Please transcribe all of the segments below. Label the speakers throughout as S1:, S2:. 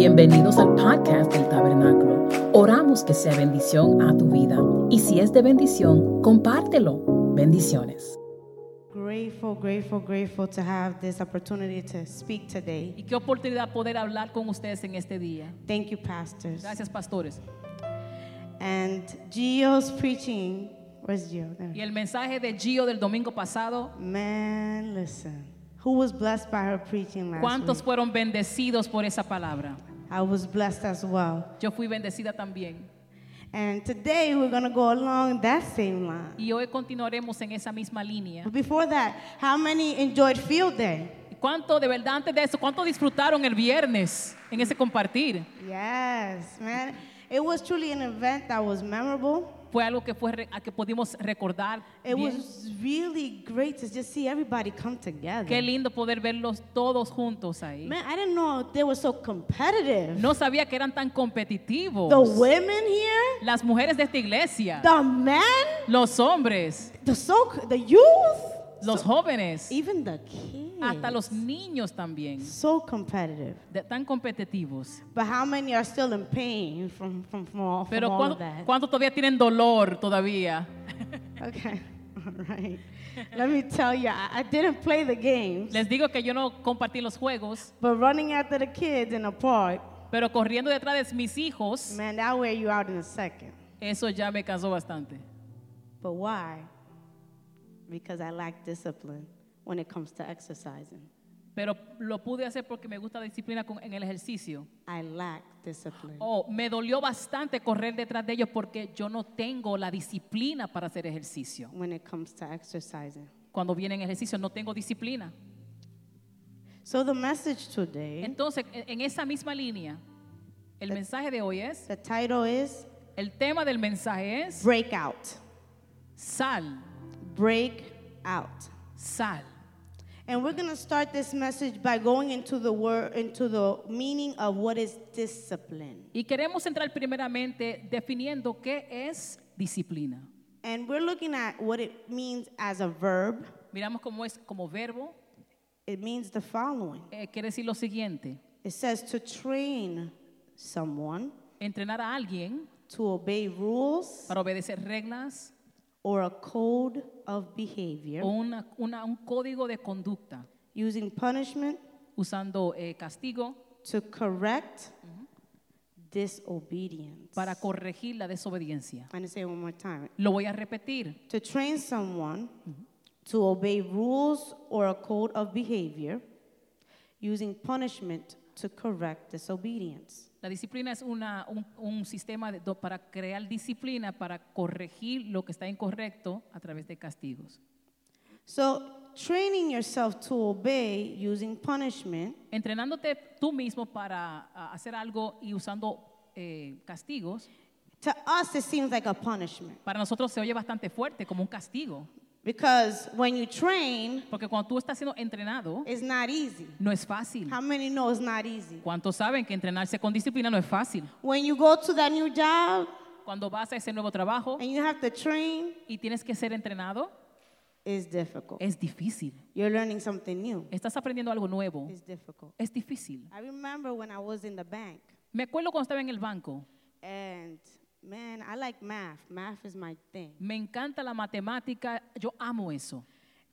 S1: Bienvenidos al podcast del Tabernáculo. Oramos que sea bendición a tu vida y si es de bendición, compártelo. Bendiciones.
S2: Grateful, grateful, grateful to have this opportunity to speak today.
S3: Y qué oportunidad poder hablar con ustedes en este día.
S2: Thank you, pastors.
S3: Gracias, pastores.
S2: And Gio's preaching. Where's Gio? There.
S3: Y el mensaje de Gio del domingo pasado,
S2: Man, listen. Who was blessed by her preaching last
S3: ¿cuántos
S2: week?
S3: fueron bendecidos por esa palabra?
S2: I was blessed as well.
S3: Yo fui bendecida también.
S2: And today we're going to go along that same line.
S3: Y hoy continuaremos en esa misma línea.
S2: But before that, how many enjoyed field day?
S3: ¿Cuánto de verdad antes de eso, cuánto disfrutaron el viernes en ese compartir?
S2: Yes, man. It was truly an event that was memorable.
S3: Fue algo que fue re- a que pudimos recordar.
S2: It
S3: bien.
S2: was really great to just see everybody come together.
S3: Qué lindo poder verlos todos juntos ahí.
S2: Man, I didn't know they were so competitive.
S3: No sabía que eran tan competitivos.
S2: The women here,
S3: Las mujeres de esta iglesia,
S2: the men,
S3: los hombres,
S2: the so the youth,
S3: los jóvenes,
S2: even the kids.
S3: hasta los niños también,
S2: so competitive.
S3: de- tan competitivos.
S2: But how many are still in pain from from, from all, from
S3: Pero
S2: all
S3: ¿cuán-
S2: of that?
S3: ¿cuántos todavía tienen dolor todavía?
S2: Okay, all right. Let me tell you, I, I didn't play the games,
S3: Les digo que yo no compartí los juegos,
S2: but running after the kids in a park,
S3: pero corriendo detrás de mis hijos,
S2: man, that'll wear you out in a second.
S3: eso ya me cansó bastante.
S2: But why? Because I lack discipline when it comes to exercising.
S3: Pero lo pude hacer porque me gusta la disciplina con- en el ejercicio.
S2: I lack discipline.
S3: Oh, me dolió bastante correr detrás de ellos porque yo no tengo la disciplina para hacer ejercicio.
S2: when it comes to exercising.
S3: Cuando vienen ejercicio no tengo disciplina.
S2: So the message today,
S3: Entonces, e, en en esa misma línea, el mensaje de hoy es,
S2: the title is
S3: el tema del mensaje es
S2: Breakout.
S3: sal,
S2: Break out.
S3: sal.
S2: And we're going to start this message by going into the word into the meaning of what is discipline.
S3: Y queremos entrar primeramente definiendo qué es disciplina.
S2: And we're looking at what it means as a verb.
S3: Miramos cómo es como verbo,
S2: It means the following.
S3: eh, quiere decir lo siguiente,
S2: It says to train someone
S3: entrenar a alguien
S2: to obey rules
S3: para obedecer reglas
S2: or a code of behavior
S3: o una- una- un código de conducta,
S2: using punishment
S3: usando eh, castigo
S2: to correct disobedience.
S3: para corregir la desobediencia.
S2: I'm going to say it one more time.
S3: Lo voy a repetir,
S2: To train someone to obey rules or a code of behavior using punishment to correct disobedience.
S3: La disciplina es una- un, un sistema de- do- para crear disciplina, para corregir lo que está incorrecto a través de castigos.
S2: So, training yourself to obey using punishment
S3: Entrenándote tú mismo para a, hacer algo y usando eh, castigos,
S2: to us it seems like a punishment
S3: para nosotros se oye bastante fuerte, como un castigo.
S2: because when you train
S3: Porque cuando tú estás siendo entrenado,
S2: it's not easy.
S3: no es fácil.
S2: How many know it's not easy?
S3: ¿Cuántos saben que entrenarse con disciplina no es fácil?
S2: When you go to that new job
S3: Cuando vas a ese nuevo trabajo
S2: and you have to train,
S3: y tienes que ser entrenado,
S2: it's difficult.
S3: es difícil.
S2: You're learning something new.
S3: Estás aprendiendo algo nuevo.
S2: It's difficult.
S3: Es difícil.
S2: I remember when I was in the bank,
S3: Me acuerdo cuando estaba en el banco.
S2: and man, I like math. Math is my thing.
S3: Me encanta la matemática, yo amo eso.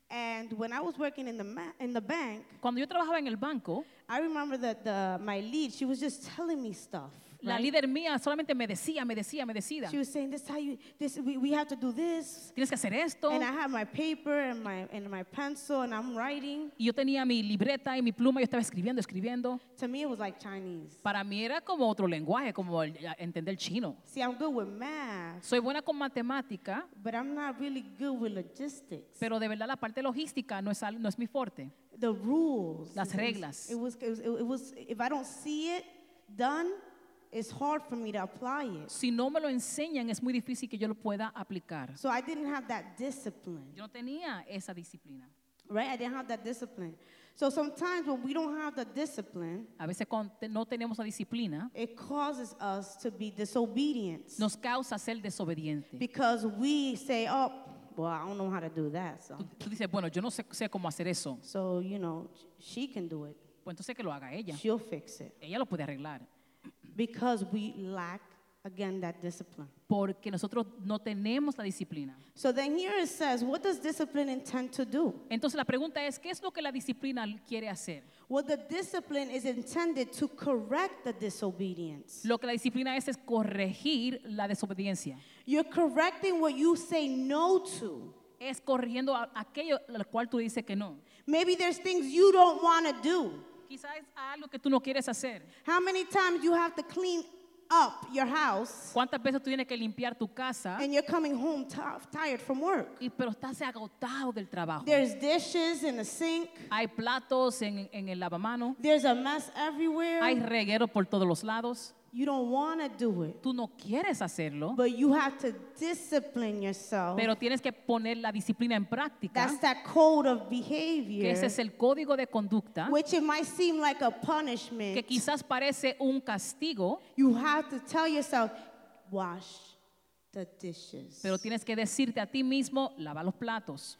S2: And when I was working in the ma- in the bank,
S3: Cuando yo trabajaba en el banco,
S2: I remember that the my lead, she was just telling me stuff.
S3: la
S2: right?
S3: líder mía solamente me decía, me decía, me decía,
S2: She was saying, "This how you this we, we have to do this."
S3: tienes que hacer esto.
S2: And I had my paper and my and my pencil, and I'm writing.
S3: Y yo tenía mi libreta y mi pluma, yo estaba escribiendo, escribiendo.
S2: To me, it was like Chinese.
S3: Para mí era como otro lenguaje, como el- a- entender chino.
S2: See, I'm good with math,
S3: Soy buena con matemática,
S2: but I'm not really good with logistics.
S3: pero de verdad la parte logística no es, al- no es mi fuerte.
S2: the rules,
S3: Las
S2: It was-
S3: reglas.
S2: It was, it was, it was- if I don't see it done, it's hard for me to apply it.
S3: Si no me lo enseñan, es muy difícil que yo lo pueda aplicar.
S2: So I didn't have that discipline,
S3: Yo no tenía esa disciplina.
S2: right? I didn't have that discipline. So sometimes when we don't have the discipline,
S3: A veces cuando te- no tenemos la disciplina,
S2: it causes us to be disobedient
S3: nos causa ser desobediente.
S2: because we say, "Oh, well, I don't know how to do that." So,
S3: Tú, tú dices, bueno, yo no sé, sé cómo hacer eso.
S2: so you know, sh- she can do it.
S3: Pues entonces que lo haga ella.
S2: she'll fix it.
S3: Ella lo puede arreglar.
S2: Because we lack, again, that discipline.
S3: Porque nosotros no tenemos la disciplina.
S2: So then here it says, what does discipline intend to do?
S3: Entonces la pregunta es, ¿qué es lo que la disciplina quiere hacer?
S2: Well, the discipline is intended to correct the disobedience.
S3: Lo que la disciplina es es corregir la desobediencia.
S2: You're correcting what you say no to.
S3: Es corrigiendo a- aquello al cual tú dices que no.
S2: Maybe there's things you don't want to do.
S3: Quizás es algo que tú no quieres hacer.
S2: How many times you have to clean up your house
S3: ¿Cuántas veces tú tienes que limpiar tu casa?
S2: and you're coming home ti- tired from work?
S3: Y, pero estás agotado del trabajo.
S2: There's dishes in the sink.
S3: Hay platos en, en el lavamano.
S2: There's a mess
S3: Hay
S2: everywhere.
S3: reguero por todos los lados.
S2: You don't want to do it.
S3: Tú no quieres hacerlo,
S2: But you have to discipline yourself.
S3: pero tienes que poner la disciplina en práctica.
S2: That's that code of
S3: Que
S2: behavior,
S3: ese es el código de conducta.
S2: which it might seem like a punishment.
S3: Que quizás parece un castigo,
S2: You have to tell yourself, wash the dishes,
S3: pero tienes que decirte a ti mismo, lava los platos,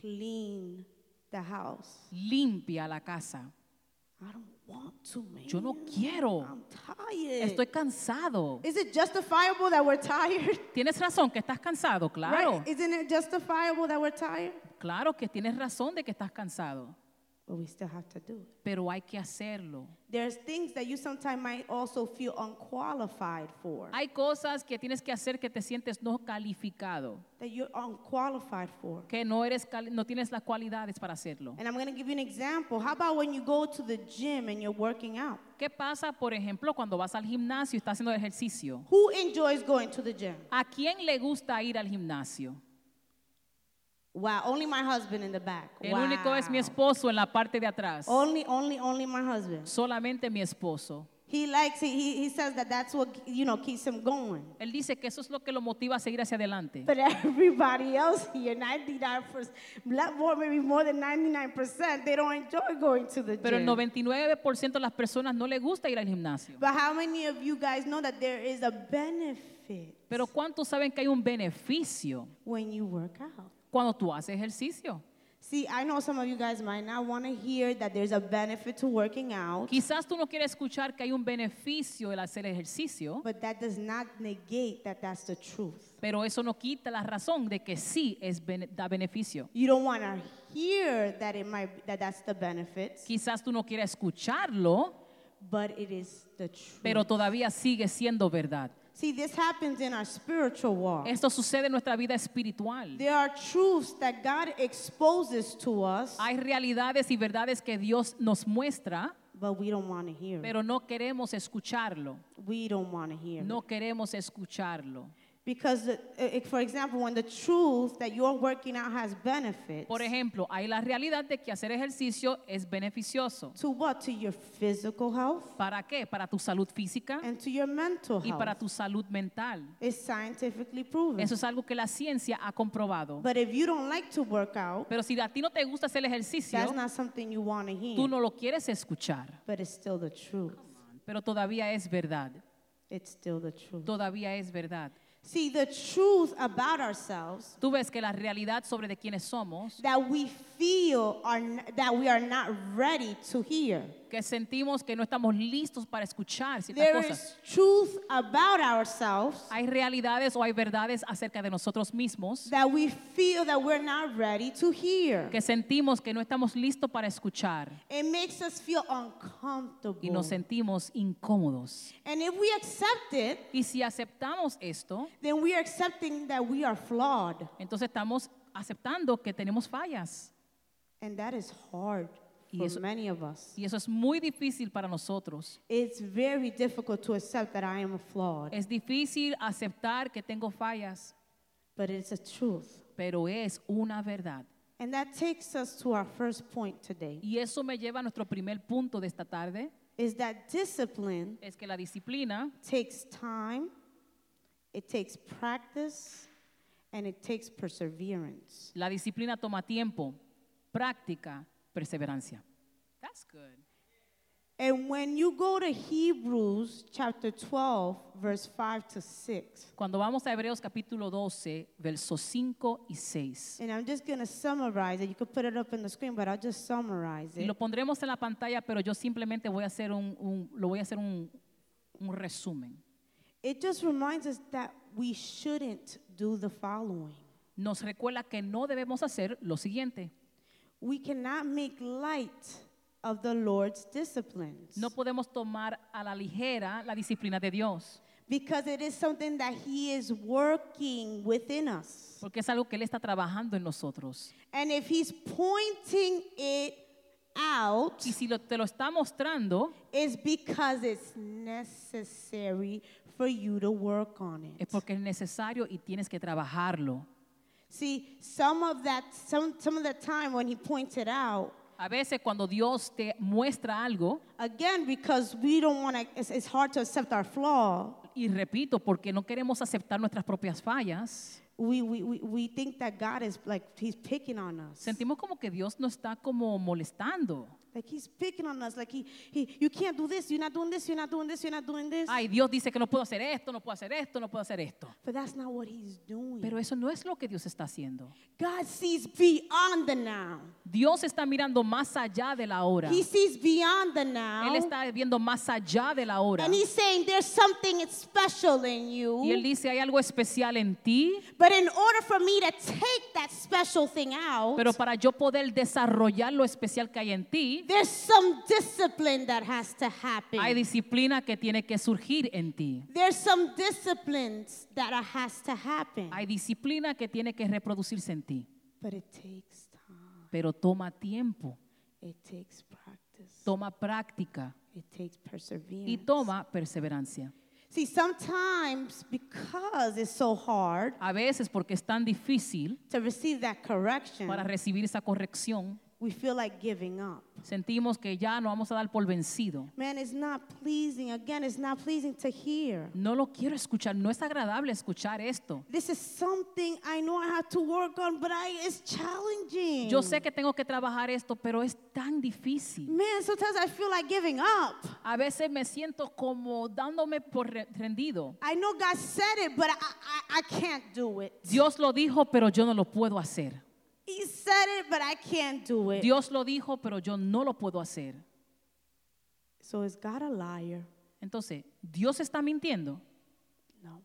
S2: clean the house.
S3: limpia la casa.
S2: I don't want to, man.
S3: Yo no quiero.
S2: I'm tired.
S3: Estoy cansado.
S2: Is it justifiable that we're tired?
S3: Tienes razón que estás cansado, claro.
S2: Right? Isn't it justifiable that we're tired?
S3: Claro que tienes razón de que estás cansado,
S2: But we still have to do it.
S3: pero hay que hacerlo.
S2: There's things that you sometimes might also feel unqualified for.
S3: Hay cosas que tienes que hacer que te sientes no calificado,
S2: that you're unqualified for.
S3: que no eres cali- no tienes las cualidades para hacerlo.
S2: And I'm going to give you an example. How about when you go to the gym and you're working out?
S3: ¿Qué pasa, por ejemplo, cuando vas al gimnasio y estás haciendo ejercicio?
S2: Who enjoys going to the gym?
S3: ¿A quién le gusta ir al gimnasio?
S2: Wow, only my husband in the back.
S3: El
S2: wow. Oh,
S3: único es mi esposo en la parte de atrás.
S2: Only, only, only my husband.
S3: Solamente mi esposo.
S2: He likes it. He, he says that that's what, you know, keeps him going.
S3: Él dice que eso es lo que lo motiva a seguir hacia adelante.
S2: But everybody else here, 99%, lot more, maybe more than 99%, they don't enjoy going to the
S3: Pero el
S2: gym.
S3: 99% de las personas no le gusta ir al gimnasio.
S2: But how many of you guys know that there is a benefit
S3: Pero ¿cuántos saben que hay un beneficio
S2: when you work out?
S3: cuando tú haces ejercicio?
S2: See, I know some of you guys might not want to hear that there's a benefit to working out,
S3: Quizás tú no quieres escuchar que hay un beneficio el hacer ejercicio,
S2: but that does not negate that that's the truth.
S3: pero eso no quita la razón de que sí es bene- da beneficio.
S2: You don't want to hear that it might that that's the benefits,
S3: Quizás tú no quieras escucharlo,
S2: but it is the truth.
S3: pero todavía sigue siendo verdad.
S2: See, this happens in our spiritual walk.
S3: Esto sucede en nuestra vida espiritual.
S2: There are truths that God exposes to us,
S3: Hay realidades y verdades que Dios nos muestra,
S2: but we don't want to hear. it.
S3: pero no queremos escucharlo.
S2: We don't want to hear. it.
S3: No queremos escucharlo.
S2: Because, the, eh, for example, when the truth that you're working out has benefits,
S3: Por ejemplo, hay la realidad de que hacer ejercicio es beneficioso.
S2: to what? To your physical health.
S3: ¿Para qué? Para tu salud física
S2: and to your mental
S3: y
S2: health.
S3: para tu salud mental.
S2: It's scientifically proven.
S3: Eso es algo que la ciencia ha comprobado.
S2: but if you don't like to work out,
S3: Pero si a ti no te gusta hacer ejercicio,
S2: that's not something you want to hear.
S3: tú no lo quieres escuchar.
S2: But it's still the truth.
S3: Pero todavía es verdad.
S2: It's still the truth.
S3: Todavía es verdad.
S2: See, the truth about ourselves
S3: Tú ves que la realidad sobre de quiénes somos,
S2: that we feel are n- that we are not ready to hear.
S3: que sentimos que no estamos listos para escuchar ciertas
S2: There
S3: cosas.
S2: is truth about ourselves
S3: Hay realidades o hay verdades acerca de nosotros mismos
S2: that we feel that we're not ready to hear.
S3: que sentimos que no estamos listos para escuchar
S2: It makes us feel uncomfortable.
S3: y nos sentimos incómodos.
S2: and if we accept it,
S3: Y si aceptamos esto,
S2: then we are accepting that we are flawed.
S3: entonces estamos aceptando que tenemos fallas.
S2: And that is hard
S3: Y
S2: for
S3: eso-
S2: many of us.
S3: Y eso es muy difícil para nosotros.
S2: It's very difficult to accept that I am flawed,
S3: Es difícil aceptar que tengo fallas,
S2: but it's a truth.
S3: pero es una verdad.
S2: And that takes us to our first point today
S3: Y eso me lleva a nuestro primer punto de esta tarde,
S2: is that discipline
S3: es que la disciplina
S2: takes time, it takes practice, and it takes perseverance.
S3: La disciplina toma tiempo, práctica, perseverancia. That's good.
S2: And when you go to Hebrews chapter 12, verse 5 to 6.
S3: Cuando vamos a Hebreos capítulo 12, versos 5 y 6.
S2: And I'm just going to summarize it. You could put it up on the screen, but I'll just summarize
S3: Y
S2: it.
S3: lo pondremos en la pantalla, pero yo simplemente voy a hacer un, un- lo voy a hacer un, un resumen.
S2: It just reminds us that we shouldn't do the following.
S3: Nos recuerda que no debemos hacer lo siguiente.
S2: We cannot make light of the Lord's disciplines
S3: No podemos tomar a la ligera la disciplina de Dios,
S2: because it is something that He is working within us.
S3: porque es algo que Él está trabajando en nosotros.
S2: And if He's pointing it out,
S3: Y si lo- te lo está mostrando,
S2: it's because it's necessary for you to work on
S3: es porque es necesario y tienes que trabajarlo.
S2: See, some of that, some, some of the time when he pointed out,
S3: A veces cuando Dios te muestra algo,
S2: again, because we don't want to, it's, it's hard to accept our flaw,
S3: y repito, porque no queremos aceptar nuestras propias fallas,
S2: we, we, we, we think that God is like, he's picking on us.
S3: sentimos como que Dios nos está como molestando.
S2: Like he's picking on us. Like he, he, you can't do this, you're not doing this, you're not doing this, you're not doing this.
S3: Ay, Dios dice que no puedo hacer esto, no puedo hacer esto, no puedo hacer esto.
S2: but that's not what he's doing.
S3: Pero eso no es lo que Dios está haciendo.
S2: God sees beyond the now.
S3: Dios está mirando más allá de la hora.
S2: He sees beyond the now.
S3: Él está viendo más allá de la hora.
S2: and he's saying there's something special in you.
S3: Y él dice, hay algo especial en ti,
S2: But in order for me to take that special thing out,
S3: pero para yo poder desarrollar lo especial que hay en ti,
S2: there's some discipline that has to happen.
S3: hay disciplina que tiene que surgir en ti.
S2: there's some disciplines that are- has to happen.
S3: Hay disciplina que tiene que reproducirse en ti,
S2: but it takes time.
S3: pero toma tiempo,
S2: It takes practice.
S3: toma práctica
S2: It takes perseverance.
S3: y toma perseverancia.
S2: See, sometimes because it's so hard
S3: A veces porque es tan difícil
S2: to receive that correction,
S3: para recibir esa corrección,
S2: we feel like giving up.
S3: sentimos que ya nos vamos a dar por vencido.
S2: Man, it's not pleasing. Again, it's not pleasing to hear.
S3: No lo quiero escuchar, no es agradable escuchar esto.
S2: This is something I know I have to work on, but I it's challenging.
S3: Yo sé que tengo que trabajar esto, pero es tan difícil.
S2: Man, sometimes I feel like giving up.
S3: A veces me siento como dándome por re- rendido.
S2: I know God said it, but I, I, I can't do it.
S3: Dios lo dijo, pero yo no lo puedo hacer.
S2: He said it, but I can't do it.
S3: Eh, Dios lo dijo, pero yo no lo puedo hacer.
S2: So is God a liar?
S3: Entonces, ¿Dios está mintiendo?
S2: No,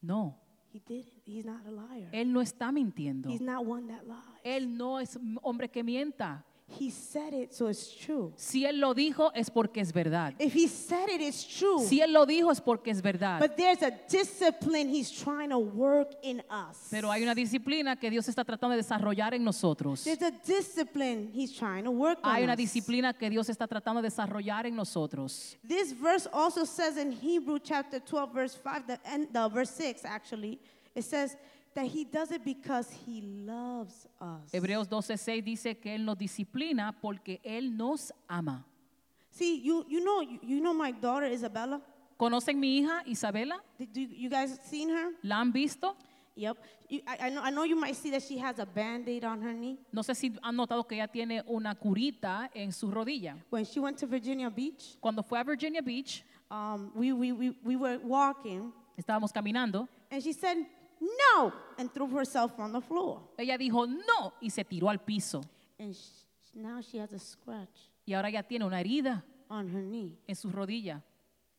S3: No,
S2: he didn't. He's not a liar.
S3: Él Eh, no está mintiendo.
S2: He's not one that lies.
S3: Él no es un hombre que mienta.
S2: He said it, so it's true.
S3: Si Él lo dijo, es porque es verdad.
S2: If he said it, it's true.
S3: Si Él lo dijo, es porque es verdad.
S2: but there's a discipline he's trying to work in us.
S3: Pero hay una disciplina que Dios está tratando de desarrollar en nosotros.
S2: there's a discipline he's trying to work
S3: Hay
S2: on
S3: una
S2: us.
S3: disciplina que Dios está tratando de desarrollar en nosotros.
S2: This verse also says in Hebrew chapter 12, verse 5, the end, the verse 6 actually, it says that he does it because he loves us.
S3: Hebreos 12:6 dice que Él nos disciplina porque Él nos ama.
S2: See, you, you know you, you know my daughter Isabella?
S3: ¿Conocen mi hija Isabela?
S2: Did, do you, you guys seen her?
S3: ¿La han visto?
S2: Yep. You, I, I, know, I know you might see that she has a band aid on her knee.
S3: No sé si han notado que ella tiene una curita en su rodilla.
S2: When she went to Virginia Beach,
S3: Cuando fue a Virginia Beach,
S2: um, we, we, we, we were walking
S3: estábamos caminando,
S2: and she said, no, and threw herself on the floor.
S3: ella dijo no y se tiró al piso.
S2: And sh now she has a scratch
S3: Y ahora ya tiene una herida
S2: on her knee.
S3: en su rodilla.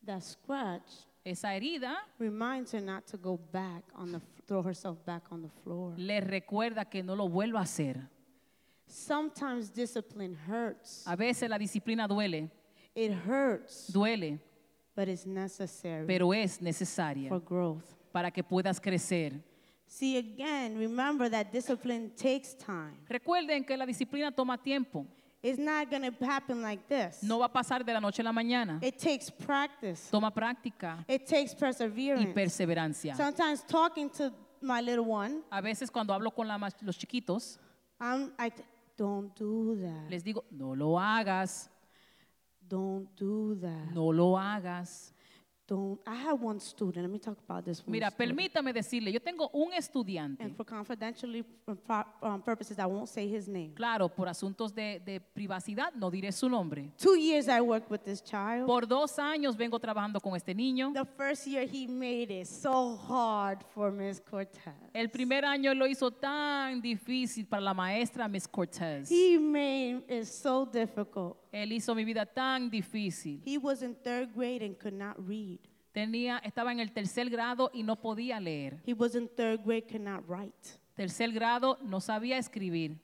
S2: That scratch
S3: Esa herida
S2: reminds her not to go back on the throw herself back on the floor.
S3: le recuerda que no lo vuelva a hacer.
S2: Sometimes discipline hurts.
S3: A veces la disciplina duele,
S2: It hurts,
S3: duele,
S2: but it's necessary
S3: pero es necesaria
S2: for growth.
S3: para que puedas crecer.
S2: See again, remember that discipline takes time.
S3: Recuerden que la disciplina toma tiempo.
S2: It's not going to happen like this.
S3: No va a pasar de la noche a la mañana.
S2: It takes practice.
S3: Toma práctica
S2: It takes
S3: y
S2: perseverance.
S3: perseverancia.
S2: Sometimes talking to my little one,
S3: A veces cuando hablo con la mas- los chiquitos,
S2: I'm I don't do that.
S3: les digo, no lo hagas,
S2: Don't do that.
S3: no lo hagas,
S2: Don't, I had one student, let me talk about this one.
S3: Mira,
S2: student.
S3: permítame decirle, yo tengo un estudiante,
S2: And for confidentially for pro- um, purposes, I won't say his name.
S3: claro, por asuntos de, de privacidad, no diré su nombre.
S2: Two years I worked with this child.
S3: Por dos años vengo trabajando con este niño.
S2: The first year he made it so hard for Miss Cortez.
S3: El primer año lo hizo tan difícil para la maestra Miss Cortez.
S2: He made it so difficult.
S3: Él hizo mi vida tan difícil.
S2: He was in third grade and could not read.
S3: Tenía, estaba en el tercer grado y no podía leer.
S2: He was in third grade, could not write.
S3: Tercer grado no sabía escribir.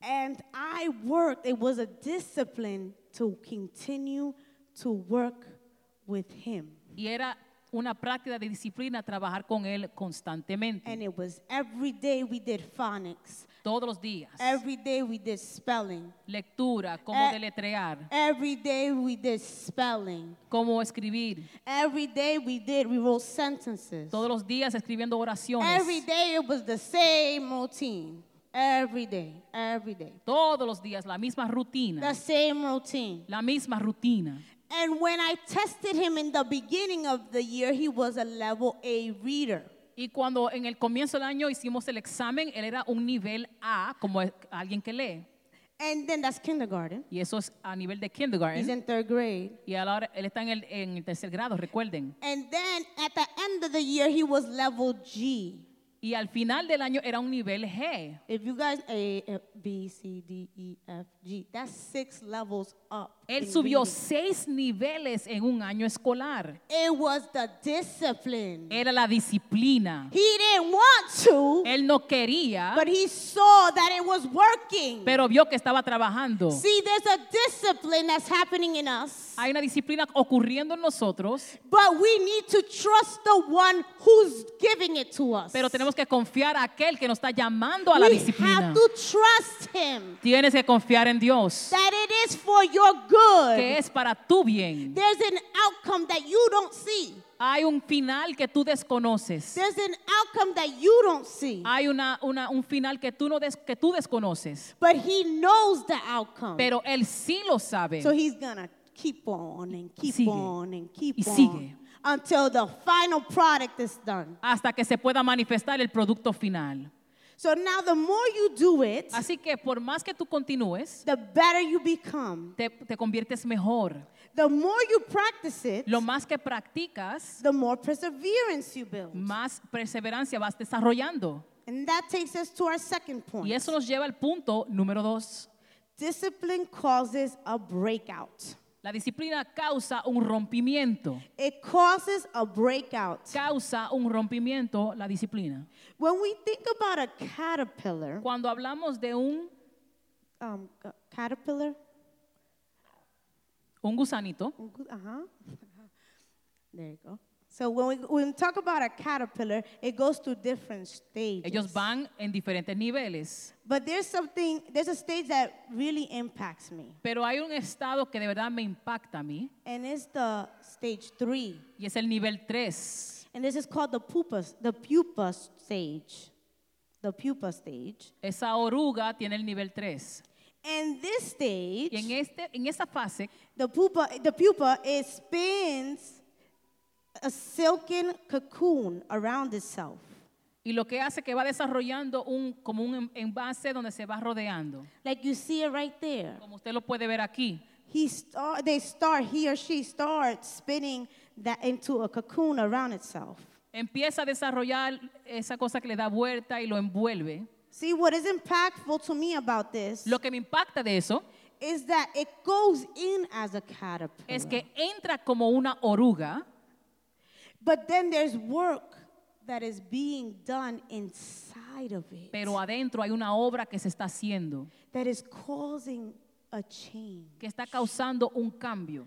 S2: And I worked. It was a discipline to continue to work with him.
S3: Y era una práctica de disciplina trabajar con él constantemente,
S2: And it was every day we did phonics.
S3: todos los días.
S2: Every day we did spelling.
S3: Lectura, cómo
S2: Eh.
S3: deletrear,
S2: Every day we did spelling.
S3: cómo escribir.
S2: Every day we did, we wrote sentences.
S3: Todos los días escribiendo oraciones.
S2: Every day it was the same routine. Every day, every day.
S3: Todos los días la misma rutina.
S2: The same routine.
S3: La misma rutina.
S2: And when I tested him in the beginning of the year, he was a level A reader.
S3: Y cuando en el comienzo del año hicimos el examen, él era un nivel A, como es- alguien que lee.
S2: And then that's kindergarten.
S3: Y eso es a nivel de
S2: He's
S3: kindergarten.
S2: in third grade.
S3: Y ahora él está en el, en el tercer grado, recuerden.
S2: And then at the end of the year, he was level G.
S3: Y al final del año era un nivel G.
S2: If you guys, A, F, B, C, D, E, F, G, that's six levels up.
S3: Él
S2: in
S3: subió
S2: reading.
S3: seis niveles en un año escolar.
S2: It was the discipline.
S3: Era la disciplina.
S2: He didn't want to,
S3: Él no quería,
S2: but he saw that it was working.
S3: pero vio que estaba trabajando.
S2: See, there's a discipline that's happening in us,
S3: Hay una disciplina ocurriendo en nosotros,
S2: but we need to trust the one who's giving it to us.
S3: pero tenemos que confiar a aquel que nos está llamando a la
S2: we
S3: disciplina.
S2: have to trust him
S3: Tienes que confiar en Dios,
S2: that it is for your good.
S3: que es para tu bien.
S2: There's an outcome that you don't see.
S3: Hay un final que tú desconoces.
S2: There's an outcome that you don't see.
S3: Hay una, una- un final que tú, no des- que tú desconoces,
S2: but he knows the outcome.
S3: pero Él sí lo sabe.
S2: So he's gonna keep on and keep
S3: Sigue.
S2: on and keep
S3: Y sigue.
S2: on until the final product is done.
S3: hasta que se pueda manifestar el producto final.
S2: So now the more you do it,
S3: Así que por más que tú continúes,
S2: the better you become.
S3: te, te conviertes mejor.
S2: The more you practice it,
S3: Lo más que practicas,
S2: the more perseverance you build.
S3: más perseverancia vas desarrollando.
S2: And that takes us to our second point.
S3: Y eso nos lleva al punto número dos.
S2: Discipline causes a breakout.
S3: La disciplina causa un rompimiento.
S2: It causes a breakout.
S3: Causa un rompimiento la disciplina.
S2: When we think about a caterpillar,
S3: Cuando hablamos de un,
S2: um, a caterpillar,
S3: un gusanito,
S2: Oh, good. Uh-huh. There you go. So when we, when we talk about a caterpillar, it goes through different stages.
S3: ellos van en diferentes niveles.
S2: But there's something, there's a stage that really impacts me.
S3: Pero hay un estado que de verdad me impacta a mí
S2: And it's the stage three.
S3: y es el nivel 3.
S2: And this is called the pupa, the pupa stage. The pupa stage.
S3: Esa oruga tiene el nivel 3.
S2: And this stage,
S3: Y en, este, en esta fase,
S2: the pupa, the pupa, it spins a silken cocoon around itself.
S3: y lo que hace que va desarrollando un, como un en- envase donde se va rodeando.
S2: Like you see it right there.
S3: Como usted lo puede ver aquí.
S2: He start, they start, he or she starts spinning that into a cocoon around itself.
S3: Empieza a desarrollar esa cosa que le da vuelta y lo envuelve.
S2: See, what is impactful to me about this
S3: Lo que me impacta de eso
S2: is that it goes in as a caterpillar.
S3: es que entra como una oruga,
S2: but then there's work that is being done inside of it
S3: pero adentro hay una obra que se está haciendo,
S2: that is causing a change.
S3: que está causando un cambio.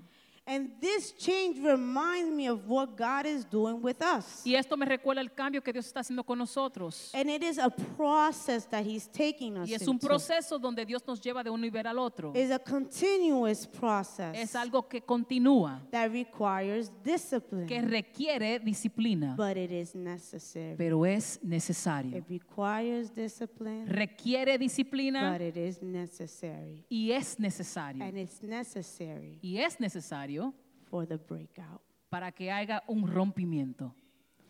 S2: And this change reminds me of what God is doing with us.
S3: Y esto me recuerda el cambio que Dios está haciendo con nosotros.
S2: And it is a process that He's taking us
S3: Y es un
S2: into.
S3: proceso donde Dios nos lleva de un nivel al otro.
S2: is a continuous process
S3: es algo que continúa,
S2: that requires discipline,
S3: que requiere disciplina,
S2: but it is necessary.
S3: pero es necesario.
S2: it requires discipline,
S3: Requiere
S2: but
S3: disciplina
S2: it is necessary.
S3: y es necesario.
S2: And it's necessary
S3: Y es necesario
S2: for the breakout.
S3: para que haya un rompimiento,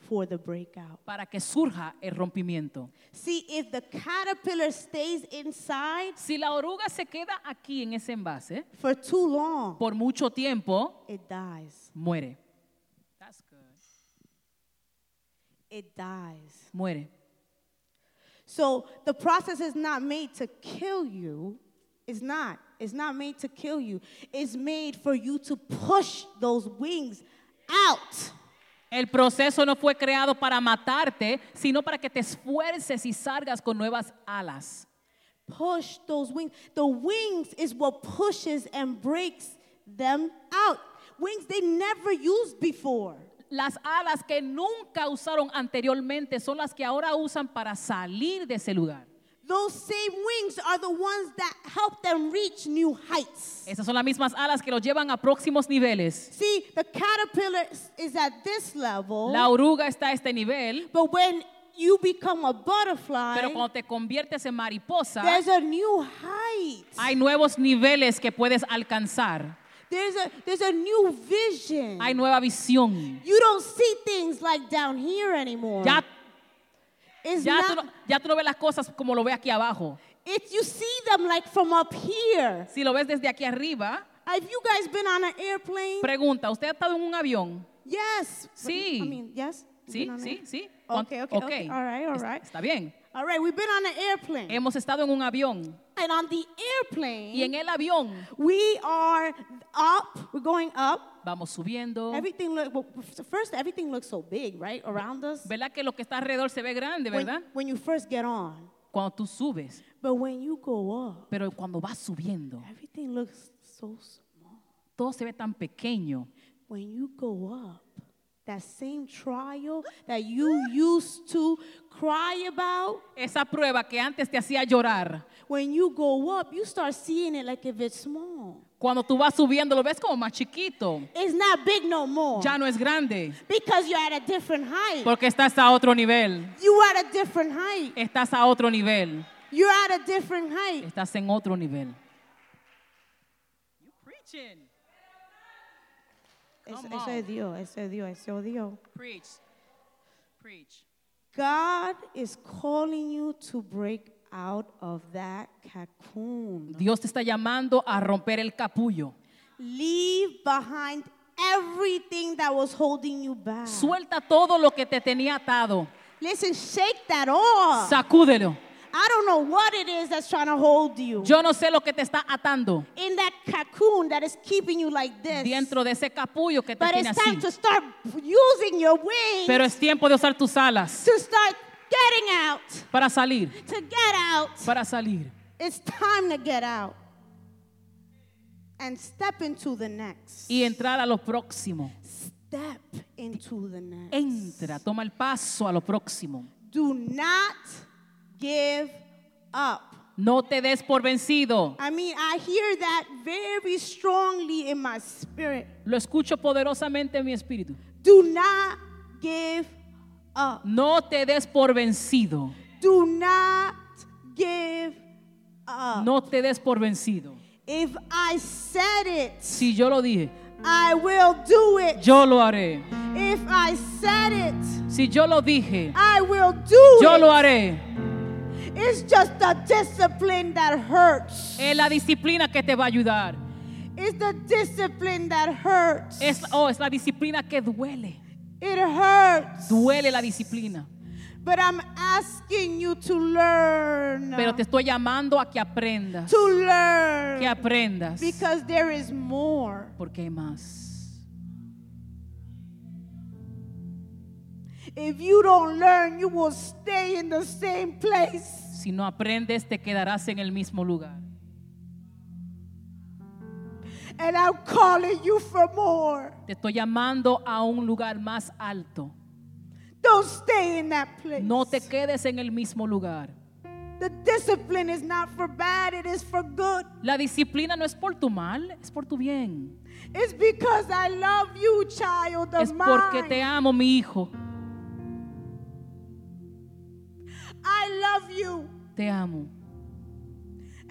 S2: for the breakout.
S3: para que surja el rompimiento.
S2: See, if the caterpillar stays inside
S3: Si la oruga se queda aquí en ese envase
S2: for too long,
S3: por mucho tiempo,
S2: it dies.
S3: muere.
S2: It dies.
S3: Muere.
S2: So the process is not made to kill you. It's not. It's not made to kill you. It's made for you to push those wings out.
S3: El proceso no fue creado para matarte, sino para que te esfuerces y salgas con nuevas alas.
S2: Push those wings. The wings is what pushes and breaks them out. Wings they never used before.
S3: Las alas que nunca usaron anteriormente son las que ahora usan para salir de ese lugar.
S2: Those same wings are the ones that help them reach new heights.
S3: Esas son las mismas alas que los llevan a próximos niveles.
S2: See, the caterpillar is- is at this level,
S3: La oruga está a este nivel,
S2: but when you become a butterfly,
S3: pero cuando te conviertes en mariposa,
S2: there's a new height.
S3: hay nuevos niveles que puedes alcanzar.
S2: there's a there's a new vision.
S3: Hay nueva visión.
S2: you don't see things like down here anymore.
S3: Ya,
S2: it's
S3: ya, tú
S2: not,
S3: no, ya tú no ves las cosas como lo ves aquí abajo.
S2: it's you see them like from up here.
S3: Si lo ves desde aquí arriba,
S2: Have you guys been on an airplane?
S3: Pregunta, ¿usted ha estado en un avión?
S2: yes.
S3: Sí.
S2: I mean, yes. You've
S3: Sí,
S2: been on
S3: sí,
S2: an-
S3: sí.
S2: Okay, okay, okay. All right, all
S3: Es-
S2: right.
S3: Está bien.
S2: All right, we've been on an airplane.
S3: Hemos estado en un avión
S2: and on the airplane,
S3: y en el avión
S2: We are up. We're going up.
S3: vamos subiendo.
S2: Everything look well, first. Everything looks so big, right, around us.
S3: ¿Verdad que lo que está alrededor se ve grande,
S2: When-
S3: verdad?
S2: When, you first get on,
S3: Cuando tú subes,
S2: but when you go up,
S3: pero cuando vas subiendo,
S2: everything looks so small.
S3: todo se ve tan pequeño.
S2: When you go up, that same trial that you used to cry about,
S3: Esa prueba que antes te hacía llorar,
S2: when you go up, you start seeing it like if it's small.
S3: cuando tú vas subiendo lo ves como más chiquito.
S2: It's not big no more
S3: Ya no es grande,
S2: because you're at a different height.
S3: porque estás a otro nivel.
S2: you at a different height.
S3: Estás a otro nivel.
S2: You're at a different height.
S3: Estás en otro nivel.
S2: Eso,
S3: Come
S2: eso
S3: on.
S2: es Dios, eso es Dios, eso es Dios.
S3: Preach. Preach.
S2: God is calling you to break out of that cocoon.
S3: Dios te está llamando a romper el capullo.
S2: Leave behind everything that was holding you back.
S3: Suelta todo lo que te tenía atado.
S2: Listen, shake that off.
S3: Sacúdelo.
S2: I don't know what it is that's trying to hold you.
S3: Yo no sé lo que te está atando
S2: In that cocoon that is keeping you like this.
S3: dentro de ese capullo que te
S2: But
S3: tiene
S2: it's
S3: así.
S2: time to start using your wings
S3: Pero es tiempo de usar tus alas
S2: to start getting out.
S3: para salir,
S2: To get out.
S3: para salir.
S2: It's time to get out and step into the next.
S3: Y entrar a lo próximo.
S2: Step into the next.
S3: Entra, toma el paso a lo próximo.
S2: Do not give up.
S3: No te des por vencido.
S2: I mean, I hear that very strongly in my spirit.
S3: Lo escucho poderosamente en mi espíritu.
S2: Do not give up.
S3: No te des por vencido.
S2: Do not give up.
S3: No te des por vencido.
S2: If I said it,
S3: Si yo lo dije,
S2: I will do it.
S3: yo lo haré.
S2: If I said it,
S3: Si yo lo dije,
S2: I will do
S3: yo
S2: it.
S3: lo haré.
S2: It's just the discipline that hurts.
S3: Es la disciplina que te va a ayudar.
S2: It's the discipline that hurts.
S3: Es, oh, es la disciplina que duele.
S2: It hurts.
S3: Duele la disciplina.
S2: But I'm asking you to learn.
S3: Pero te estoy llamando a que aprendas.
S2: to learn.
S3: Que aprendas.
S2: Because there is more.
S3: Porque hay más.
S2: If you don't learn, you will stay in the same place.
S3: Si no aprendes, te quedarás en el mismo lugar.
S2: And I'm calling you for more.
S3: Te estoy llamando a un lugar más alto.
S2: Don't stay in that place.
S3: No te quedes en el mismo lugar.
S2: the discipline is not for bad, it is for good.
S3: La disciplina no es por tu mal, es por tu bien.
S2: It's because I love you, child of
S3: Es porque
S2: mine.
S3: te amo, mi hijo.
S2: I love you.
S3: Te amo.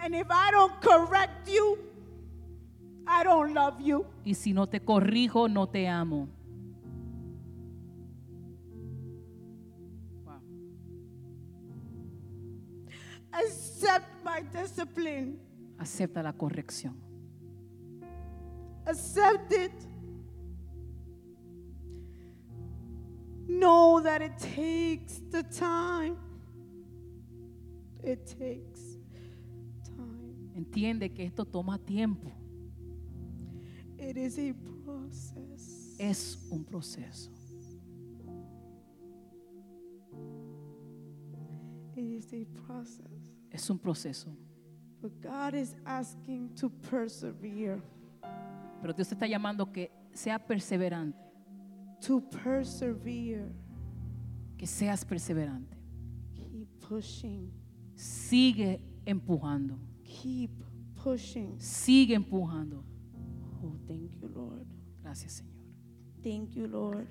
S2: And if I don't correct you, I don't love you.
S3: Y si no te corrijo, no te amo.
S2: Accept my discipline.
S3: Acepta la corrección.
S2: Accept it. Know that it takes the time. It takes time.
S3: Entiende que esto toma tiempo.
S2: It is a process.
S3: Es un proceso.
S2: It is a process.
S3: Es un proceso.
S2: But God is asking to persevere.
S3: Pero Dios te está llamando que sea perseverante.
S2: To persevere.
S3: Que seas perseverante.
S2: Keep pushing.
S3: Sigue empujando.
S2: Keep pushing.
S3: Sigue empujando.
S2: Oh, thank you, Lord.
S3: Gracias, Señor.
S2: Thank you, Lord.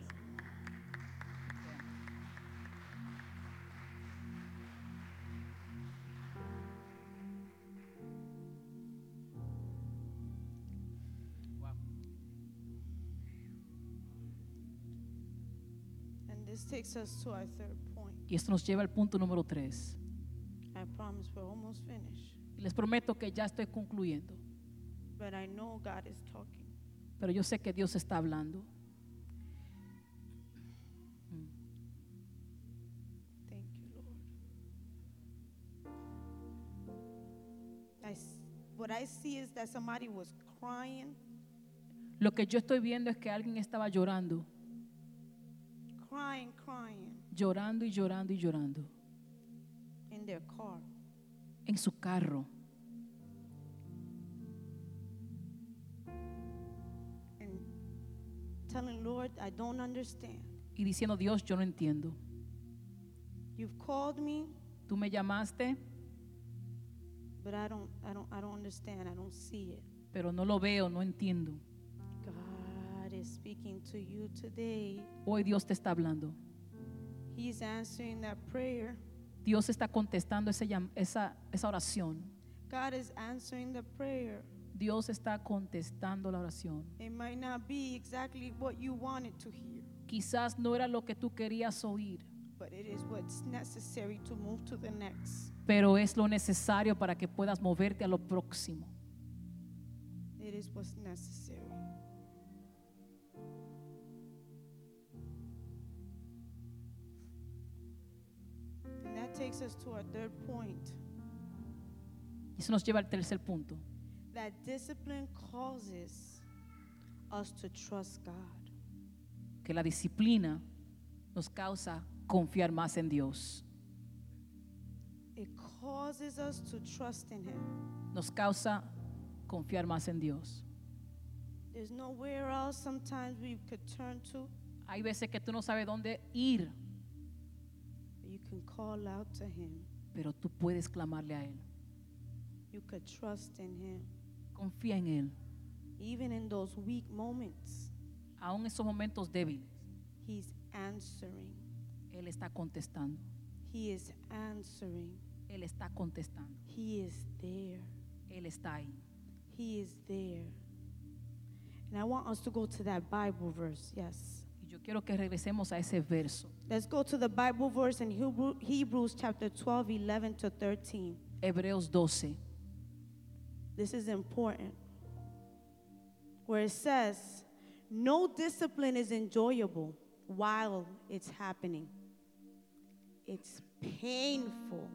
S2: And this takes us to our third point.
S3: Y esto nos lleva al punto número 3.
S2: I promise we're almost finished,
S3: Y les prometo que ya estoy concluyendo.
S2: but I know God is talking.
S3: Pero yo sé que Dios está hablando.
S2: Thank you, Lord. I s what I see is that somebody was crying,
S3: Lo que yo estoy viendo es que alguien estaba llorando.
S2: crying, crying
S3: Llorando y llorando y llorando.
S2: in their car.
S3: En su carro.
S2: and telling Lord, I don't understand.
S3: Y diciendo, Dios, yo no entiendo.
S2: You've called me,
S3: Tú me llamaste,
S2: but I don't, I don't, I don't understand. I don't see it.
S3: pero no lo veo, no entiendo.
S2: God is speaking to you today.
S3: Hoy Dios te está hablando.
S2: He's answering that prayer.
S3: Dios está contestando ese llam- esa, esa oración.
S2: God is answering the prayer.
S3: Dios está contestando la oración.
S2: It might not be exactly what you wanted to hear,
S3: Quizás no era lo que tú querías oír,
S2: but it is what's necessary to move to the next.
S3: pero es lo necesario para que puedas moverte a lo próximo.
S2: It is what's necessary. And that takes us to our third point
S3: Y eso nos lleva al tercer punto.
S2: that discipline causes us to trust God.
S3: que la disciplina nos causa confiar más en Dios,
S2: It causes us to trust in Him.
S3: nos causa confiar más en Dios.
S2: There's nowhere else sometimes we could turn to,
S3: Hay veces que tú no sabes dónde ir,
S2: but you can call out to Him.
S3: pero tú puedes clamarle a Él.
S2: You could trust in Him,
S3: Confía en Él,
S2: even in those weak moments.
S3: aún en esos momentos débiles.
S2: He's answering.
S3: Él está contestando,
S2: He is answering.
S3: Él está contestando,
S2: He is there.
S3: Él está ahí.
S2: He is there. And I want us to go to that Bible verse. Yes.
S3: Y yo quiero que regresemos a ese verso.
S2: Let's go to the Bible verse in Hebrew, Hebrews chapter 12, 11 to 13.
S3: Hebreos 12,
S2: This is important. Where it says, No discipline is enjoyable while it's happening, it's painful.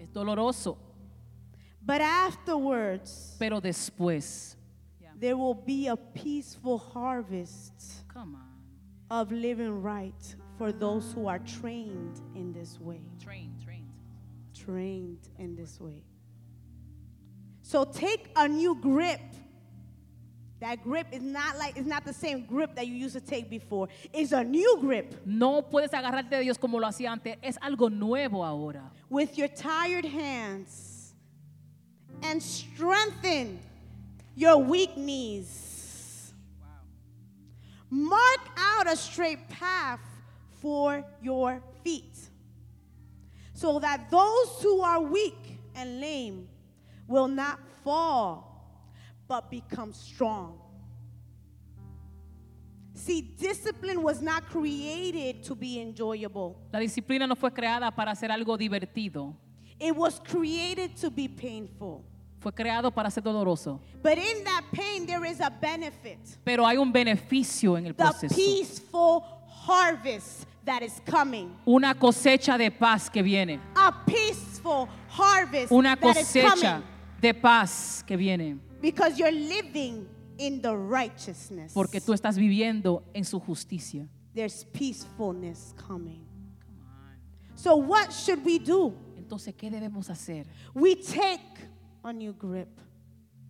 S3: es doloroso,
S2: But afterwards,
S3: pero después.
S2: there will be a peaceful harvest.
S3: Come on.
S2: of living right for those who are trained in this way.
S3: Train, train.
S2: Trained in this way. So take a new grip. That grip is not like it's not the same grip that you used to take before. It's a new grip
S3: No puedes agarrarte de Dios como lo hacía antes. Es algo nuevo ahora.
S2: with your tired hands and strengthen your weak knees. Mark out a straight path for your feet so that those who are weak and lame will not fall but become strong. See, discipline was not created to be enjoyable.
S3: La disciplina no fue creada para hacer algo divertido.
S2: It was created to be painful.
S3: Fue creado para ser doloroso.
S2: But in that pain, there is a benefit
S3: Pero hay un beneficio en el
S2: the
S3: proceso.
S2: peaceful harvest that is coming.
S3: Una cosecha de paz que viene.
S2: A peaceful harvest
S3: Una
S2: that is
S3: cosecha
S2: coming
S3: de paz que viene.
S2: because you're living in the righteousness.
S3: Porque tú estás viviendo en su justicia.
S2: There's peacefulness coming. So, what should we do?
S3: Entonces, ¿qué debemos hacer?
S2: We take a new grip.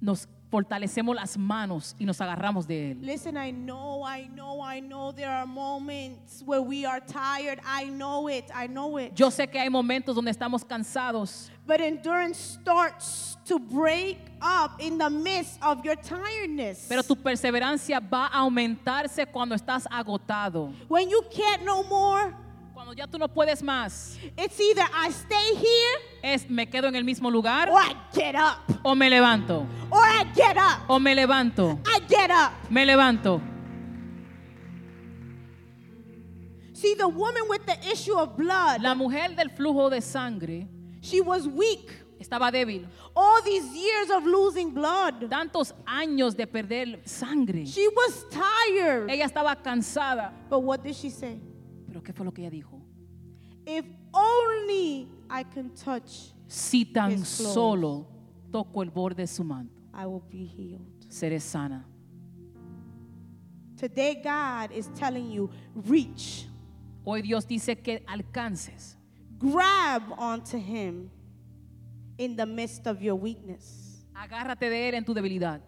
S3: Nos fortalecemos las manos y nos agarramos de él.
S2: Listen, I know, I know, I know there are moments where we are tired. I know it, I know it.
S3: Yo sé que hay momentos donde estamos cansados,
S2: But endurance starts to break up in the midst of your tiredness.
S3: pero tu perseverancia va a aumentarse cuando estás agotado.
S2: when you can't no more,
S3: Cuando ya tú no puedes más,
S2: it's either I stay here
S3: es me quedo en el mismo lugar
S2: or I get up.
S3: o me levanto,
S2: Or I get up.
S3: o me levanto,
S2: I get up.
S3: me levanto.
S2: See, the woman with the issue of blood,
S3: La mujer del flujo de sangre
S2: she was weak.
S3: estaba débil.
S2: All these years of losing blood,
S3: Tantos años de perder sangre.
S2: she was tired.
S3: Ella estaba cansada.
S2: But what did she say?
S3: Pero ¿qué fue lo que ella dijo?
S2: If only I can touch,
S3: Si tan
S2: His clothes.
S3: solo toco el borde de su manto,
S2: I will be healed.
S3: seré sana.
S2: Today, God is telling you reach,
S3: Hoy Dios dice que alcances,
S2: grab onto Him in the midst of your weakness,
S3: agárrate de Él en tu debilidad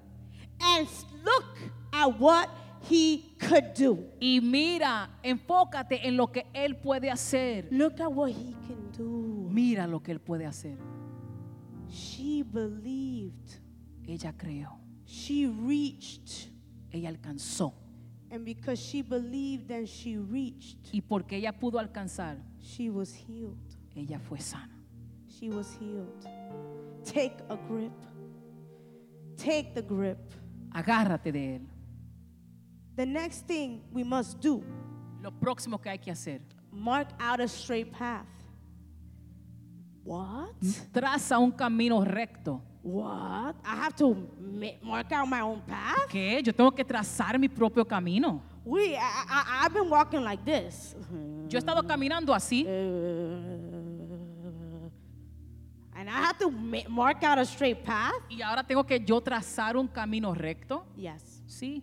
S2: and look at what He could do.
S3: y mira, enfócate en lo que Él puede hacer.
S2: Look at what He can do.
S3: Mira lo que Él puede hacer.
S2: She believed,
S3: Ella creó,
S2: she reached.
S3: ella alcanzó.
S2: And because she believed and she reached,
S3: Y porque ella pudo alcanzar,
S2: she was healed.
S3: ella fue sana.
S2: She was healed. Take a grip. Take the grip.
S3: Agárrate de Él.
S2: The next thing we must do
S3: Lo próximo que hay que hacer,
S2: mark out a straight path. What?
S3: traza un camino recto.
S2: What? I have to ma- mark out my own path?
S3: ¿Qué? Yo tengo que trazar mi propio camino.
S2: We, I, I, I've been walking like this. Uh,
S3: Yo he estado caminando así.
S2: And I have to ma- mark out a straight path?
S3: Y ahora tengo que yo trazar un camino recto.
S2: Yes.
S3: Sí.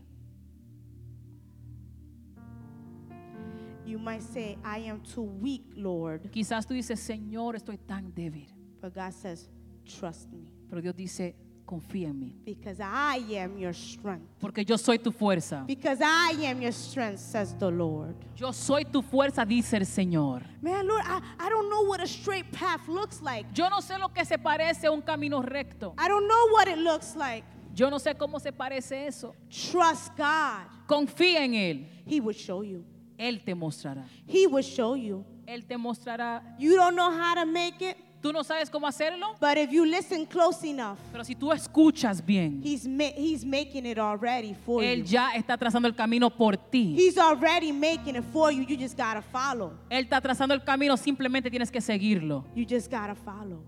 S2: You might say, I am too weak, Lord.
S3: Quizás tú dices, Señor, estoy tan débil.
S2: But God says, trust me
S3: Pero Dios dice, confía en mí.
S2: because I am your strength.
S3: Porque yo soy tu fuerza.
S2: Because I am your strength, says the Lord.
S3: Yo soy tu fuerza, dice el Señor.
S2: Man, Lord, I, I don't know what a straight path looks like.
S3: Yo no sé lo que se parece a un camino recto.
S2: I don't know what it looks like.
S3: Yo no sé cómo se parece eso.
S2: Trust God.
S3: Confía en Él.
S2: He will show you.
S3: Él te mostrará.
S2: He will show you.
S3: Él te mostrará.
S2: You don't know how to make it,
S3: Tú no sabes cómo hacerlo,
S2: but if you listen close enough,
S3: pero si tú escuchas bien,
S2: He's, ma- he's making it already for
S3: Él
S2: you.
S3: ya está trazando el camino por ti.
S2: He's already making it for you. You just gotta follow.
S3: Él está trazando el camino, simplemente tienes que seguirlo.
S2: You just gotta follow.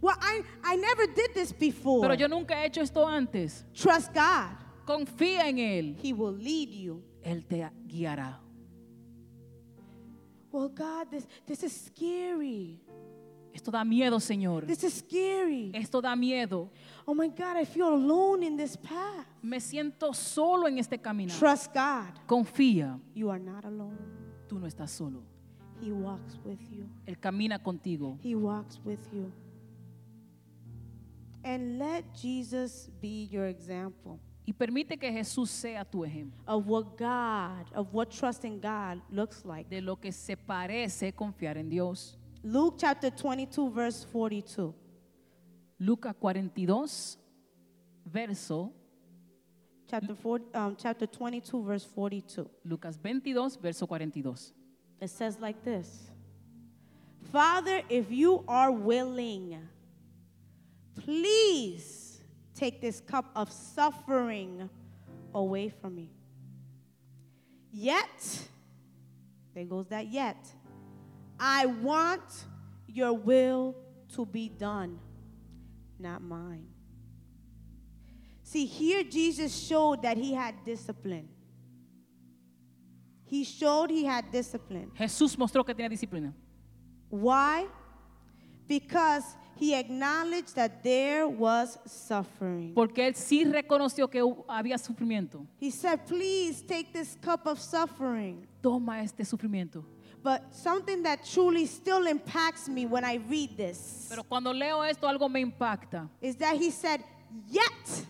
S2: Well, I, I never did this before.
S3: Pero yo nunca he hecho esto antes.
S2: Trust God.
S3: Confía en Él.
S2: He will lead you.
S3: Él te guiará.
S2: Well, God, this, this is scary.
S3: Esto da miedo, Señor.
S2: This is scary.
S3: Esto da miedo.
S2: Oh my God, I feel alone in this path.
S3: Me siento solo en este caminar.
S2: Trust God.
S3: Confía.
S2: You are not alone.
S3: Tú no estás solo.
S2: He walks with you.
S3: Él camina contigo.
S2: He walks with you. And let Jesus be your example
S3: Y permite que Jesús sea tu ejemplo
S2: of what God, of what trusting God looks like.
S3: de lo que se parece confiar en Dios.
S2: Luke chapter 22, verse 42.
S3: Lucas 42, verso,
S2: Chapter, four, um, chapter 22, verse 42.
S3: Lucas 22, verso 42.
S2: It says like this Father, if you are willing, please take this cup of suffering away from me. Yet, there goes that yet, I want Your will to be done, not mine. See, here Jesus showed that he had discipline. He showed he had discipline.
S3: Jesús mostró que tenía disciplina.
S2: Why? Because he acknowledged that there was suffering.
S3: Porque él sí reconoció que hu- había sufrimiento.
S2: He said, Please take this cup of suffering.
S3: Toma este sufrimiento.
S2: But something that truly still impacts me when I read this
S3: Pero cuando leo esto, algo me impacta.
S2: is that he said, Yet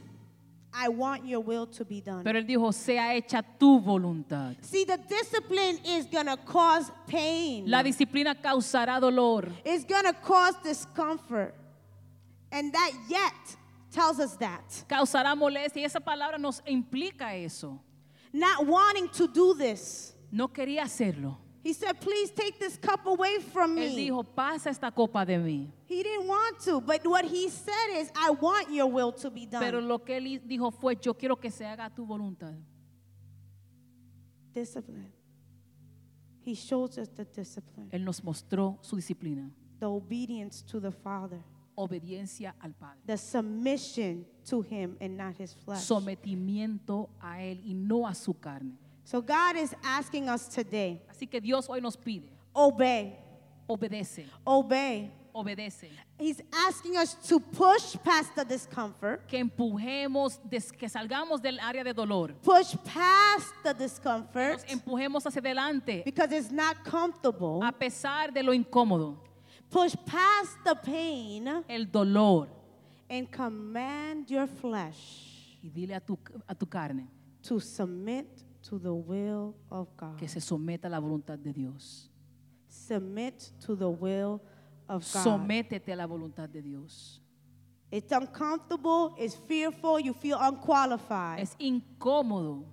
S2: I want your will to be done.
S3: Pero él dijo, sea hecha tu voluntad.
S2: See, the discipline is going to cause pain,
S3: La disciplina causará dolor.
S2: it's going to cause discomfort. And that yet tells us that.
S3: Causará molestia. Y esa palabra nos implica eso.
S2: Not wanting to do this.
S3: No quería hacerlo.
S2: He said, Please take this cup away from
S3: Él
S2: me.
S3: dijo, pasa esta copa de mí.
S2: He didn't want to, but what he said is, I want your will to be done.
S3: Pero lo que él hi- dijo fue, yo quiero que se haga tu voluntad.
S2: discipline. He shows us the discipline,
S3: Él nos mostró su disciplina,
S2: the obedience to the Father,
S3: obediencia al Padre,
S2: the submission to him and not his flesh.
S3: sometimiento a Él y no a su carne.
S2: so God is asking us today,
S3: Así que Dios hoy nos pide,
S2: obey,
S3: obedece,
S2: obey.
S3: obedece,
S2: He's asking us to push past the discomfort,
S3: que empujemos, des- que salgamos del área de dolor,
S2: push past the
S3: nos
S2: discomfort
S3: empujemos hacia adelante
S2: because it's not comfortable.
S3: a pesar de lo incómodo,
S2: Push past the pain
S3: el dolor
S2: and command your flesh
S3: y dile a tu, a tu carne
S2: to submit to the will of God.
S3: que se someta a la voluntad de Dios.
S2: Submit to the will of God.
S3: Sométete a la voluntad de Dios.
S2: It's uncomfortable, it's fearful, you feel unqualified.
S3: Es incómodo,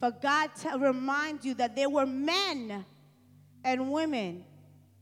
S2: but God t- reminds you that there were men and women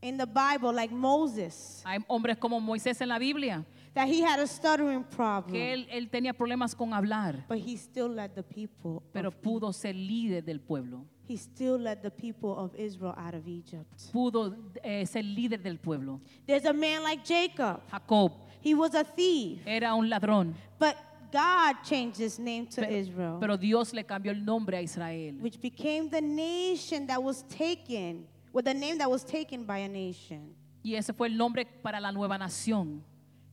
S2: in the Bible, like Moses,
S3: Hay hombres como Moisés en la Biblia,
S2: that he had a stuttering problem,
S3: que él, él tenía problemas con hablar,
S2: but he still led the people.
S3: pero
S2: of-
S3: pudo ser líder del pueblo,
S2: he still led the people of Israel out of Egypt.
S3: pudo eh, ser líder del pueblo.
S2: There's a man like Jacob.
S3: Jacob
S2: He was a thief,
S3: era un ladrón,
S2: but God changed his name to Israel.
S3: pero, pero Dios le cambió el nombre a Israel,
S2: which became the nation that was taken, with the name that was taken by a nation.
S3: y ese fue el nombre para la nueva nación.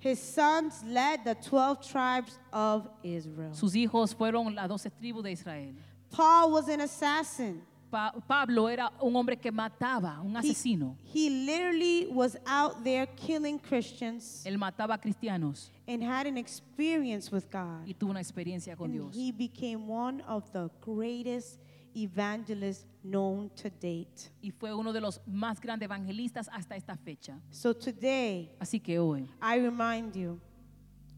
S2: His sons led the 12 tribes of Israel.
S3: Sus hijos fueron las doce tribus de Israel.
S2: Paul was an assassin.
S3: Pa- Pablo era un hombre que mataba, un
S2: He-
S3: asesino.
S2: He, literally was out there killing Christians
S3: Él mataba a cristianos
S2: and had an experience with
S3: y
S2: God.
S3: tuvo una experiencia con
S2: And
S3: Dios.
S2: he became one of the greatest evangelists known to date.
S3: y fue uno de los más grandes evangelistas hasta esta fecha.
S2: So today,
S3: Así que hoy
S2: I remind you,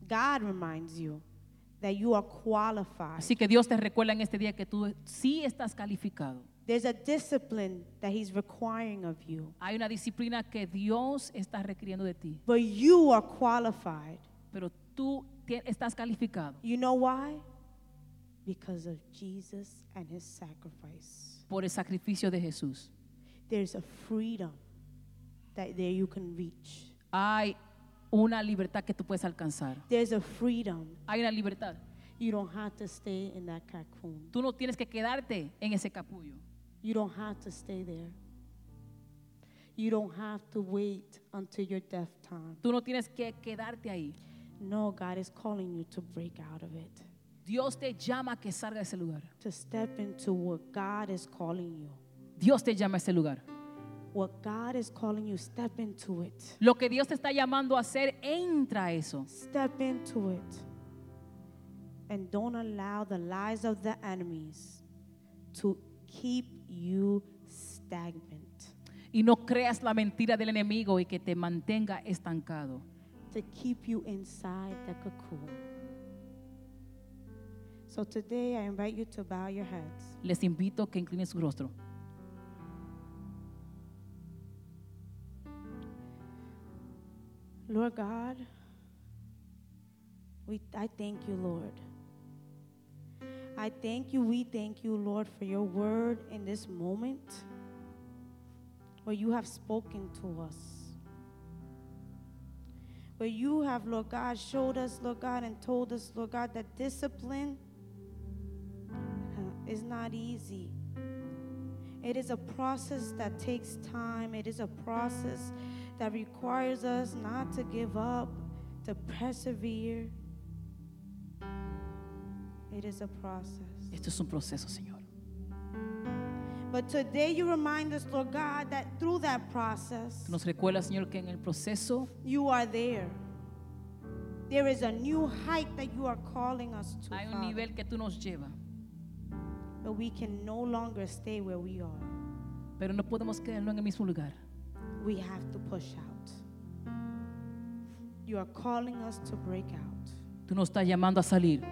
S2: God reminds you that you are qualified.
S3: Así que Dios te recuerda en este día que tú sí estás calificado.
S2: There's a discipline that He's requiring of you,
S3: Hay una disciplina que Dios está requiriendo de ti,
S2: but you are qualified.
S3: pero tú te- estás calificado.
S2: You know why? Because of Jesus and His sacrifice.
S3: por el sacrificio de Jesús.
S2: There's a freedom that there you can reach.
S3: Hay una libertad que tú puedes alcanzar.
S2: There's a freedom.
S3: Hay una libertad.
S2: You don't have to stay in that cocoon.
S3: Tú no tienes que quedarte en ese capullo.
S2: You don't have to stay there. You don't have to wait until your death time.
S3: Tú no tienes que quedarte ahí.
S2: No, God is calling you to break out of it,
S3: Dios te llama a que salga de ese lugar.
S2: to step into what God is calling you.
S3: Dios te llama a ese lugar.
S2: What God is calling you, step into it.
S3: Lo que Dios te está llamando a hacer, entra a eso.
S2: Step into it. And don't allow the lies of the enemies to keep you stagnant,
S3: Y no creas la mentira del enemigo y que te mantenga estancado.
S2: to keep you inside the cocoon. So today, I invite you to bow your heads.
S3: Les invito a que inclinen su rostro.
S2: Lord God, we, I thank you, Lord. I thank you, we thank you, Lord, for your word in this moment where you have spoken to us. But you have, Lord God, showed us, Lord God, and told us, Lord God, that discipline is not easy. It is a process that takes time. It is a process that requires us not to give up, to persevere. It is a process.
S3: Esto es un proceso, Señor.
S2: But today you remind us, Lord God, that through that process,
S3: Nos recuerda, Señor, que en el proceso
S2: you are there. There is a new height that you are calling us to.
S3: hay un
S2: Father.
S3: nivel que tú nos llevas,
S2: but we can no longer stay where we are.
S3: pero no podemos quedarnos en el mismo lugar.
S2: We have to push out. You are calling us to break out.
S3: Tú nos estás llamando a salir.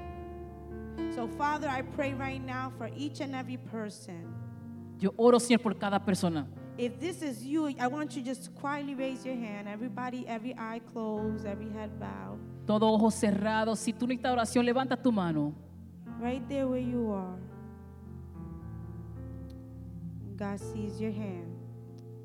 S2: So, Father, I pray right now for each and every person.
S3: Yo oro, Señor, por cada persona.
S2: If this is you, I want you just to quietly raise your hand. Everybody, every eye closed, every head bowed.
S3: Todo ojo cerrado. Si tú necesitas oración, levanta tu mano.
S2: Right there where you are. God sees your hand.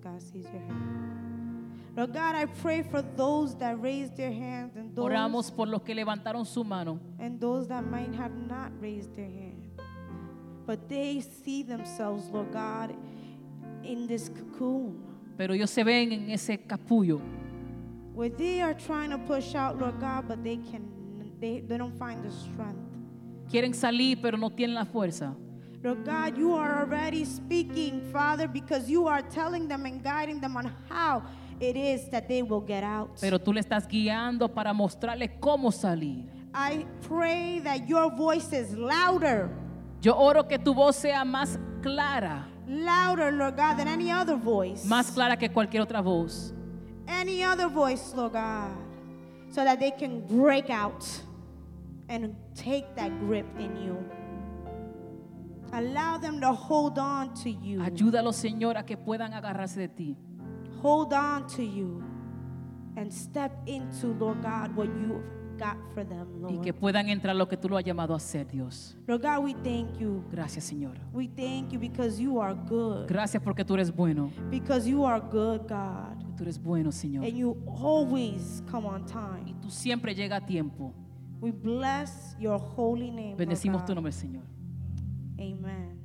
S2: God sees your hand. Lord God, I pray for those that raised their hands and those
S3: Oramos por los que levantaron su mano.
S2: and those that might have not raised their hand. But they see themselves, Lord God, in this cocoon
S3: Pero ellos se ven en ese capullo.
S2: where they are trying to push out, Lord God, but they can they, they don't find the strength.
S3: Quieren salir, pero no tienen la fuerza.
S2: Lord God, you are already speaking, Father, because you are telling them and guiding them on how it is that they will get out.
S3: Pero tú le estás guiando para mostrarles cómo salir.
S2: I pray that your voice is louder,
S3: Yo oro que tu voz sea más clara,
S2: louder, Lord God, than any other voice.
S3: más clara que cualquier otra voz,
S2: any other voice, Lord God, so that they can break out and take that grip in you. Allow them to hold on to you.
S3: Ayúdalos, Señor, a que puedan agarrarse de ti.
S2: Hold on to you and step into, Lord God, what you've got for them,
S3: Y que
S2: Lord.
S3: puedan entrar lo que tú lo has llamado a hacer, Dios.
S2: Lord God, we thank you.
S3: Gracias, Señor.
S2: We thank you because you are good.
S3: Gracias porque tú eres bueno.
S2: Because you are good, God.
S3: Tú eres bueno, Señor.
S2: And you always come on time.
S3: Tú siempre llega a tiempo.
S2: We bless your holy name. Lord
S3: Bendecimos tu
S2: God.
S3: nombre, Señor.
S2: Amen.